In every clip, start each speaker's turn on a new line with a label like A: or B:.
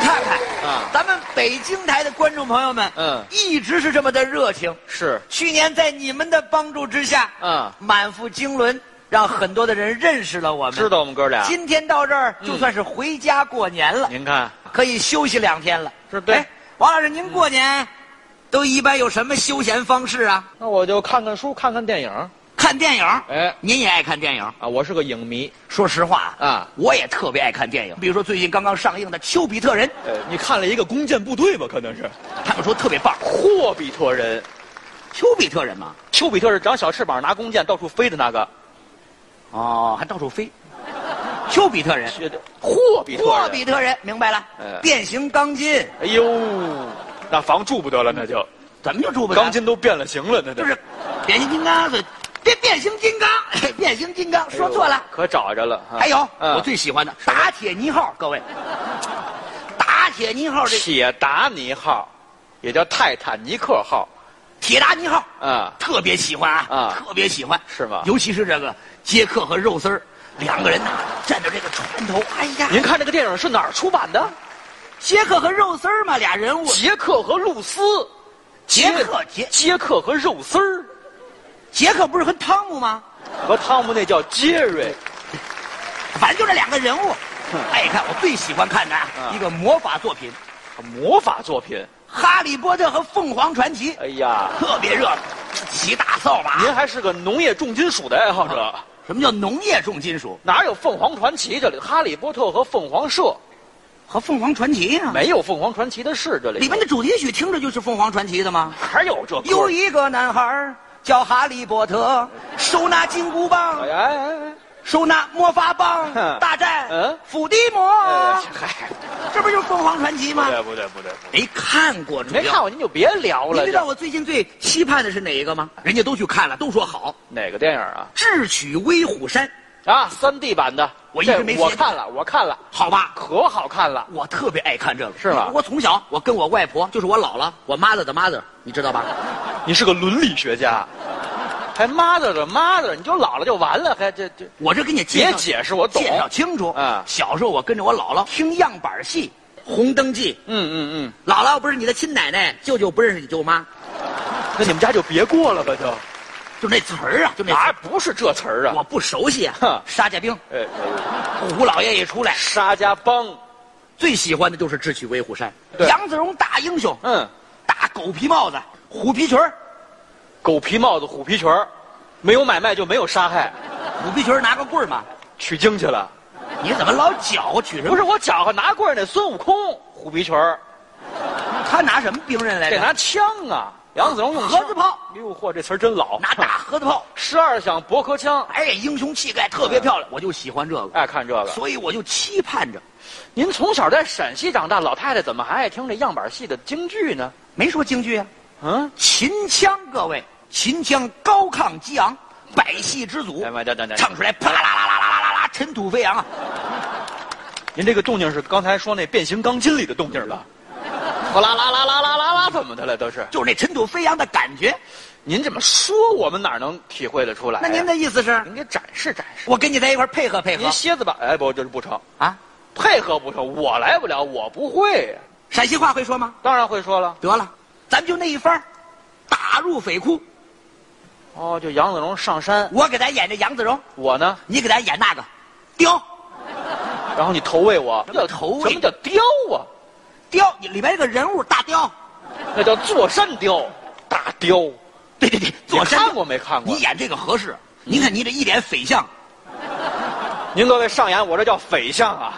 A: 看看
B: 啊
A: 咱们北京台的观众朋友们，
B: 嗯
A: 一直是这么的热情。
B: 是
A: 去年在你们的帮助之下，
B: 嗯
A: 满腹经纶，让很多的人认识了我们。
B: 知道我们哥俩。
A: 今天到这儿
B: 嗯
A: 就算是回家过年了，
B: 您看，
A: 可以休息两天了。
B: 嗯是对
A: 哎王老师，您过年、都一般有什么休闲方式啊？
B: 那我就看看书，看看电影。
A: 看电影。
B: 哎，
A: 您也爱看电影？
B: 啊，我是个影迷。
A: 说实话
B: 啊
A: 我也特别爱看电影。比如说最近刚刚上映的《丘比特人》，
B: 呃，你看了一个弓箭部队吧？可能是
A: 他们说特别棒。
B: 霍比特人。
A: 丘比特人嘛，
B: 丘比特是长小翅膀，拿弓箭到处飞的那个。
A: 哦，还到处飞。丘比特人，
B: 学的霍比特人。
A: 霍比特人，明白了
B: 嗯。
A: 变形钢筋
B: 哎呦，那房住不得了，那就
A: 怎么就住不了？
B: 钢筋都变了形了，那
A: 就是变形金刚，对变变形金刚，变形金刚说错了。
B: 可找着了。啊
A: 还有
B: 嗯
A: 我最喜欢的打铁尼号，各位，打铁尼号这
B: 铁达尼号，也叫泰坦尼克号
A: 铁达尼号
B: 啊。
A: 特别喜欢啊，
B: 啊
A: 特别喜欢，
B: 是吗
A: 尤其是这个杰克和肉丝儿两个人呐、站着这个船头，哎呀，
B: 您看这个电影是哪儿出版的？
A: 杰克和肉丝儿嘛，俩人物，
B: 杰克和露丝，
A: 杰克杰
B: 杰克和肉丝儿，
A: 杰克不是和汤姆吗？
B: 和汤姆那叫杰瑞。
A: 反正就这两个人物
B: 哼。
A: 哎，看我最喜欢看的啊
B: 嗯
A: 一个魔法作品
B: 魔法作品。
A: 《哈利波特和凤凰传奇》，
B: 哎呀，
A: 特别热闹，骑大扫把。
B: 您还是个农业重金属的爱好者，
A: 什么叫农业重金属
B: 哪有凤凰传奇这里？哈利波特和凤凰社
A: 和凤凰传奇啊？
B: 没有凤凰传奇的事，这里
A: 里面的主题曲听着就是凤凰传奇的吗？
B: 哪有这歌？
A: 有一个男孩儿叫哈利波特，手拿金箍棒
B: 哎，哎
A: 啊
B: 哎
A: 手拿魔法棒
B: 哼，
A: 大战
B: 嗯
A: 伏地魔
B: 哎，，嗨，
A: 这不就是凤凰传奇吗
B: 不？对不对不对，不对
A: 没看过，主
B: 呃没看
A: 要。
B: 过您就别聊
A: 你
B: 了。
A: 知道
B: 这
A: 我最近最期盼的是哪一个吗？人家都去看了，都说好，
B: 哪个电影啊？
A: 《智取威虎山》，
B: 啊，三 D 版的，
A: 我一直
B: 这
A: 没接
B: 我
A: 触
B: 看了，我看了，
A: 好吧？
B: 可好看了。
A: 我特别爱看这个，
B: 是吗
A: 我从小，我跟我外婆，就是我姥姥，我 mother 的 mother，你知道吧？
B: 你是个伦理学家， 还 mother 的 mother，你就老了就完了，还这这
A: 我这给你介
B: 别
A: 绍
B: 解释，我懂。
A: 介绍清楚。
B: 嗯
A: 小时候我跟着我姥姥听样板戏《红灯记》，
B: 嗯嗯
A: 姥姥不是你的亲奶奶，舅舅不认识你舅妈，
B: 嗯，那你们家就别过了吧，就
A: 就那词儿啊，就那词
B: 哪
A: 儿
B: 不是这词儿啊？
A: 我不熟悉啊
B: 哼。
A: 沙家兵，
B: 呃，呃
A: 胡老爷一出来，
B: 沙家浜，
A: 最喜欢的就是智取威虎山。
B: 对
A: 杨子荣大英雄，
B: 嗯，
A: 大狗皮帽子，虎皮裙儿
B: 狗皮帽子、虎皮裙儿，没有买卖就没有杀害，
A: 虎皮裙儿拿个棍儿嘛。
B: 取经去了。
A: 你怎么老搅和取什么？
B: 不是我搅和拿棍儿那孙悟空虎皮裙儿，
A: 他拿什么兵刃来
B: 得
A: 着？
B: 哎拿枪啊。杨子荣用枪
A: 盒子炮，
B: 哎呦嚯，这词儿真老。
A: 拿大盒子炮，
B: 十二响驳壳枪，
A: 哎呀，英雄气概特别漂亮，我就喜欢这个，
B: 爱看这个。
A: 所以我就期盼着。
B: 您从小在陕西长大，老太太怎么还爱听这样板戏的京剧呢？
A: 没说京剧啊，
B: 嗯，
A: 秦腔，各位，秦腔高亢激昂，百戏之祖
B: 哎，妈，等等等，
A: 唱出来啪啦啦啦啦啦啦啦，尘土飞扬啊！
B: 您这个动静是刚才说那变形钢筋里的动静吧？哗啦啦啦啦啦啦啦，怎么的了？都是
A: 就是那尘土飞扬的感觉。
B: 您这么说，我们哪能体会得出来呀？
A: 那您的意思是，
B: 您给展示展示。
A: 我跟你在一块儿配合配合
B: 您蝎子吧？哎，不，就是不成，
A: 啊？
B: 配合不成，我来不了，我不会。
A: 陕西话会说吗？
B: 当然会说了。
A: 得了，咱们就那一番儿，打入匪窟。
B: 哦，就杨子荣上山，
A: 我给咱演这杨子荣，
B: 我呢，
A: 你给咱演那个雕
B: 然后你投喂我。
A: 什么叫投喂
B: 什么叫雕啊？
A: 雕，你里边这个人物大雕，
B: 那叫座山雕，大雕。
A: 对对对，
B: 我
A: 左山雕
B: 看过没看过
A: 你？演这个合适。您看你这一脸匪相，
B: 您各位上演我这叫匪相啊！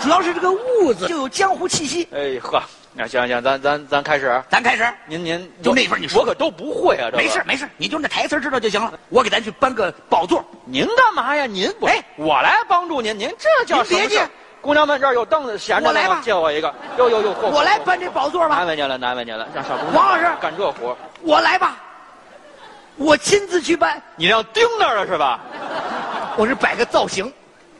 A: 主要是这个痦子就有江湖气息。
B: 哎呵，那行行，咱咱咱开始。
A: 咱开始，
B: 您您
A: 就
B: 我
A: 那份你说
B: 我可都不会啊。这个
A: 没事，没事，你就那台词儿知道就行了。我给咱去搬个宝座，
B: 您干嘛呀？您不
A: 哎
B: 我来帮助您。您这叫
A: 您
B: 什么
A: 别
B: 事儿
A: 介
B: 姑娘们，这儿有凳子闲着呢
A: 我来吧
B: 借我一个。哟哟哟，嚯
A: 我来
B: 嚯嚯
A: 搬这宝座吧
B: 难。为您了，难为您了，让小姑娘
A: 王老师，
B: 干这活儿，
A: 我来吧，我亲自去搬，
B: 你让盯那儿了是吧？
A: 我是摆个造型。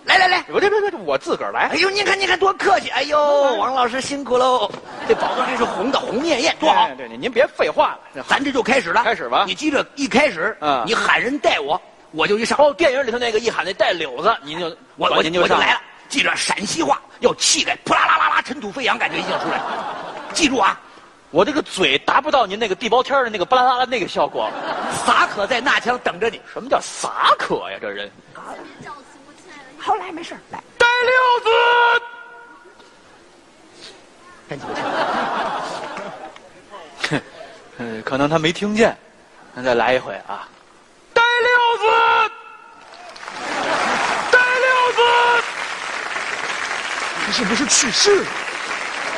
A: 来来来，
B: 我这这这，我自个儿来
A: 哎。呦，您看您看多客气，哎呦，
B: 嗯
A: 王老师辛苦喽。这宝座还是红的，红艳艳，多好
B: 哎！对对，您别废话了。
A: 咱这就开始了，
B: 开始吧
A: 你记着，一开始，
B: 嗯
A: 你喊人带我，我就一上，
B: 哦，电影里头那个一喊那带柳子，您就
A: 我我
B: 您就
A: 我就
B: 上
A: 来了。记着陕西话要气概，扑啦啦啦啦，尘土飞扬，感觉一下出来。记住啊，
B: 我这个嘴达不到您那个地包天儿的那个巴拉巴拉那个效果。
A: 撒可在那枪等着你。
B: 什么叫撒可呀？这人
C: 叫苏菜了。
A: 好，来，没事儿来，
B: 带六子。
A: 赶紧去。
B: 嗯，可能他没听见，那再来一回啊！带六子，带六子，这是不是去世了？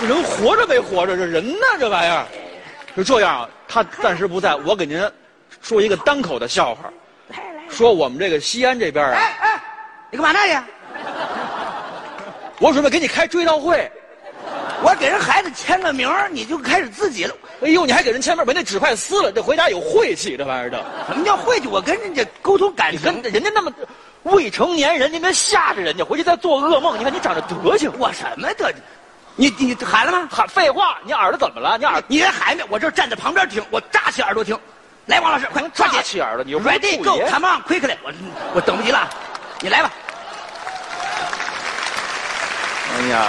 B: 这人活着没活着？这人呢？这玩意儿，就这样啊。他暂时不在，我给您说一个单口的笑话，
A: 来来，
B: 说我们这个西安这边啊，
A: 哎哎，你干嘛呢你？
B: 我准备给你开追悼会。
A: 我给人孩子签个名儿你就开始自己了。
B: 哎呦，你还给人签名，把那纸快撕了，这回家有晦气，这玩意儿的。
A: 什么叫晦气？我跟人家沟通感
B: 你
A: 情
B: 跟，人家那么未成年人，您别吓着人家，回去再做噩梦。你看你长这德行，
A: 我什么的？你你喊了吗？
B: 喊废话，你耳朵怎么了？你耳
A: 你这喊没？我这站在旁边听，我扎起耳朵听。来，王老师，哎快抓
B: 扎起耳朵，你又不是
A: Ready
B: 兔
A: go
B: 爷
A: come on quickly！我我等不及了，你来吧。
B: 哎呀，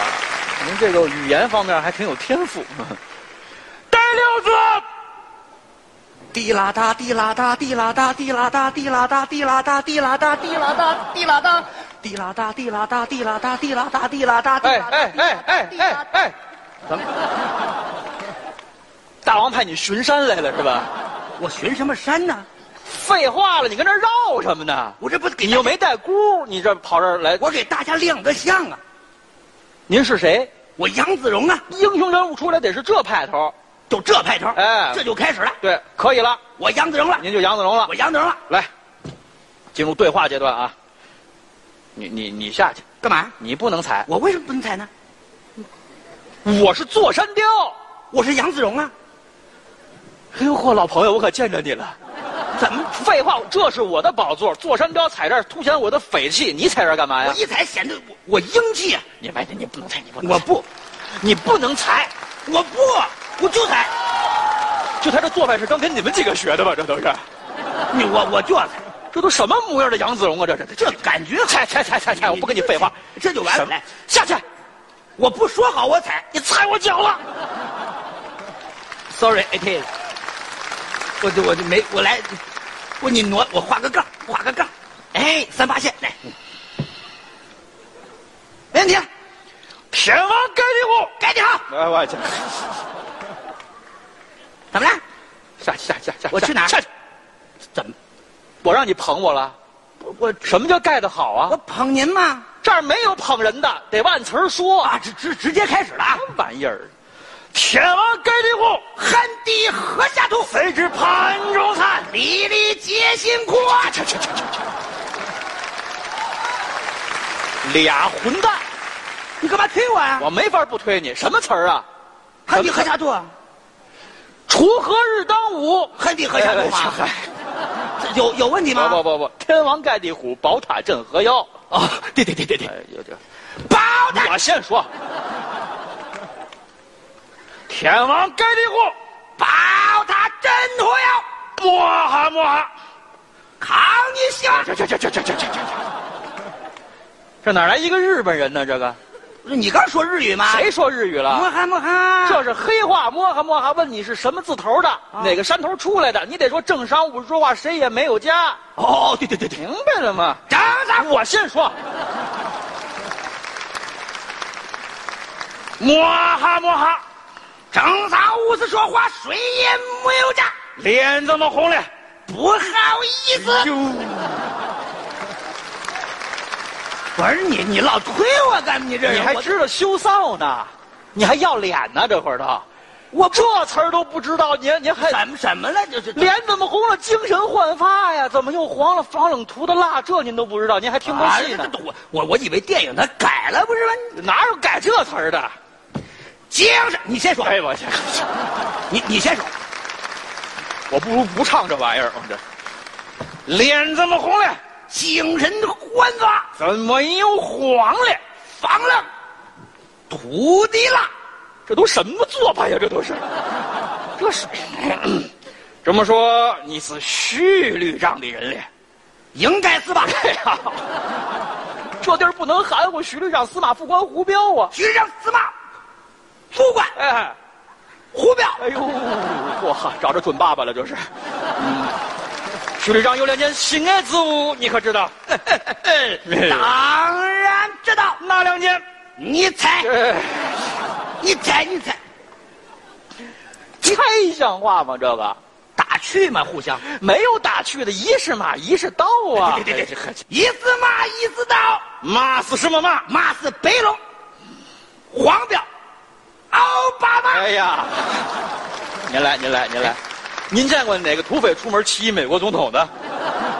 B: 您这个语言方面还挺有天赋。带六子，
A: 滴啦哒滴啦哒滴啦哒滴啦哒滴啦哒滴啦哒滴啦哒滴啦哒滴啦哒滴啦哒滴啦哒滴啦哒滴啦哒滴啦哒滴
B: 哎
A: 啦
B: 哎哎哎哎哎，怎么？大王派你巡山来了是吧？
A: 我寻什么山呢？
B: 废话了，你跟这儿绕什么呢？
A: 我这不给
B: 你又没带箍，你这跑这儿来？
A: 我给大家亮个相啊！
B: 您是谁？
A: 我杨子荣啊，
B: 英雄人物出来得是这派头。
A: 就这派头，
B: 哎
A: 这就开始了。
B: 对，可以了，
A: 我杨子荣了，
B: 您就杨子荣了
A: 我。杨子荣了，
B: 来，进入对话阶段啊。你你你下去，
A: 干嘛？
B: 你不能踩。
A: 我为什么不能踩呢？
B: 我是座山雕。
A: 我是杨子荣啊，
B: 哎呦嚯，老朋友，我可见着你了。
A: 怎么？
B: 废话，这是我的宝座，座山雕踩这儿凸显我的匪气，你踩这儿干嘛
A: 我
B: 呀？
A: 一踩显得我我英气啊！
B: 你慢点，你不能踩，你不能
A: 我
B: 踩，
A: 不，
B: 你不能踩。
A: 我不，我就踩，
B: 就他这做派是刚跟你们几个学的吧？这都是，
A: 你我我就要踩，
B: 这都什么模样的杨子荣啊？这这
A: 这
B: 这，
A: 感觉
B: 踩踩踩踩踩！哎我不跟你废话，
A: 这就完
B: 什
A: 了。
B: 么
A: 来，
B: 下去，
A: 我不说好我踩
B: 你踩我脚了。
A: ，sorry it is，我就我就没我来，我你挪我画个杠，画个杠，哎，三八线来，没问题，
B: 天王盖地
A: 该你好，
B: 虎，来我去，
A: 怎么了？
B: 下去下去下去，
A: 我去哪儿
B: 下去，
A: 怎么？
B: 我让你捧我了。
A: 我我
B: 什么叫盖得好啊
A: 我？捧您嘛
B: 这儿没有捧人的，得按词儿说。
A: 啊，直直直接开始了啊！
B: 什么玩意儿？天王盖地虎，
A: 汗滴禾下土，
B: 谁知盘中餐？
A: 粒粒皆辛苦啊！
B: 去去去去去！俩混蛋，
A: 你干嘛推我呀、
B: 我没法不推你。什么词儿啊？
A: 汗滴禾下土，
B: 锄禾日当午。
A: 汗滴禾下土
B: 哎
A: 嘛
B: 哎？
A: 这有有问题吗？
B: 不不不不，天王盖地虎，宝塔镇河妖。
A: 哦，对对对对对
B: 哎，有这。
A: 包的
B: 我先说，天王盖地虎，
A: 包他真火
B: 啊
A: 药，
B: 摸哈摸哈。
A: 扛你笑。
B: 这这这这这这这这，这哪来一个日本人呢？这个
A: 你刚说日语吗？
B: 谁说日语了？
A: 摸哈摸哈。
B: 这是黑话，摸哈摸哈，问你是什么字头的，
A: 啊
B: 哪个山头出来的？你得说正商务说话，谁也没有家，
A: 哦，对对对对，
B: 明白了吗？
A: 张三
B: 我先说，摸哈摸哈，
A: 正常无私说话，谁也没有诈，
B: 脸怎么红了？
A: 不好意思。
B: 哟，
A: 不是你，你老推我干嘛？你这人
B: 你还
A: 我
B: 知道羞臊呢？你还要脸呢？这会儿都，
A: 我不
B: 这词儿都不知道，您您还
A: 怎么什么了？这是
B: 脸怎么红了？精神焕发呀？怎么又黄了？防冷涂的蜡，这您都不知道？您还听过戏呢？
A: 啊这这我我我以为电影它改了，不是吗？
B: 哪有改哎这词儿的？
A: 精神，你先说，
B: 哎我去，
A: 你你先说，
B: 我不如不唱这玩意儿。我这脸怎么红了？
A: 精神焕发，
B: 怎么又黄了？
A: 防冷，土地辣，
B: 这都什么做派呀？这都是， 这是。这么说你是徐律让的人了？
A: 应该是吧？
B: 哎呀，这地儿不能含糊，徐律让司马副官胡彪啊！
A: 徐让司马副官
B: 哎，
A: 胡彪，
B: 哎呦，哇，找着准爸爸了这是。徐旅嗯长有两件心爱之物，你可知道？哎
A: 当然知道。
B: 哪两件？
A: 你猜，
B: 哎
A: 你猜，你猜，
B: 猜像话吗？这个
A: 打趣嘛，互相。
B: 没有打趣的，一是马，一是道啊！
A: 对对对对，一字马，一字刀，
B: 马是什么马？
A: 马是白龙，黄标，奥巴马。
B: 哎呀，您哎来，您来，您来，您见过哪个土匪出门骑美国总统的？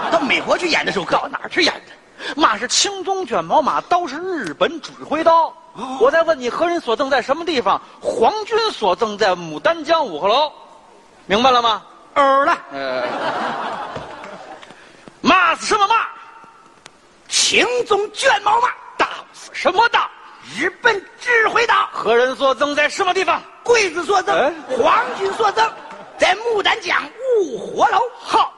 A: 到美国去演的时候，
B: 到哪儿去演的？马是青鬃卷毛马，刀是日本指挥刀。我再问你，何人所赠在什么地方？皇军所赠在牡丹江五合楼，明白了吗？
A: 欧了，
B: 呃，骂死什么骂？
A: 秦宗卷毛马，
B: 大死什么大？
A: 日本指挥刀，
B: 何人所赠在什么地方？
A: 刽子所赠
B: 哎，
A: 皇军所赠，在牡丹江五火楼。
B: 好，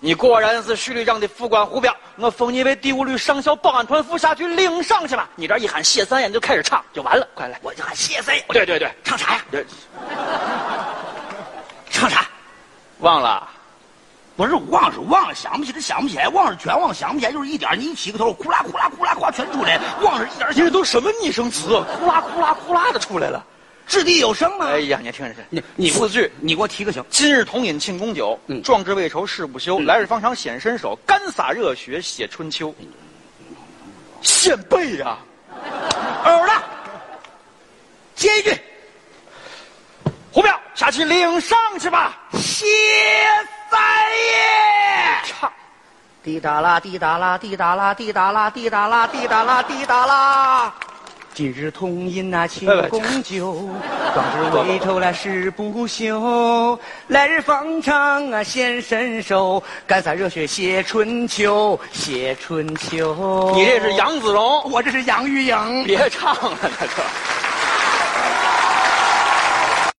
B: 你果然是徐旅长的副官胡彪，我封你为第五旅上校保安团副下去领赏去吧。你这一喊谢三爷你就开始唱，就完了，快来！
A: 我就喊谢谁？
B: 对对对，
A: 唱啥呀？
B: 这
A: 唱啥？
B: 忘了。
A: 不是忘是忘了，想不起来想不起来，忘是全忘，想不起来就是一点儿。你一起个头，呼啦呼啦呼啦呼啦全出来，忘是一点儿想。
B: 这都什么拟声词啊？呼啦呼啦呼啦的出来了。
A: 掷地有声吗？
B: 哎呀，你听着去，
A: 给我
B: 四句：
A: 你给我提个醒。
B: 今日同饮庆功酒，
A: 嗯
B: 壮志未酬誓不休，来日方长显身手，干洒热血写春秋。献背呀、
A: 偶了，接一句，
B: 胡彪下去领上去吧。
A: 谢三爷。
B: 唱，
A: 滴答啦，滴答啦，滴答啦，滴答啦，滴答啦，滴答啦，滴答啦。今日啊同饮那庆功酒，壮志未酬来誓不休。来日方长啊显身手，干洒热血写春秋，写春秋。
B: 你这是，杨子荣，
A: 我这是杨钰莹。
B: 别唱了，那就。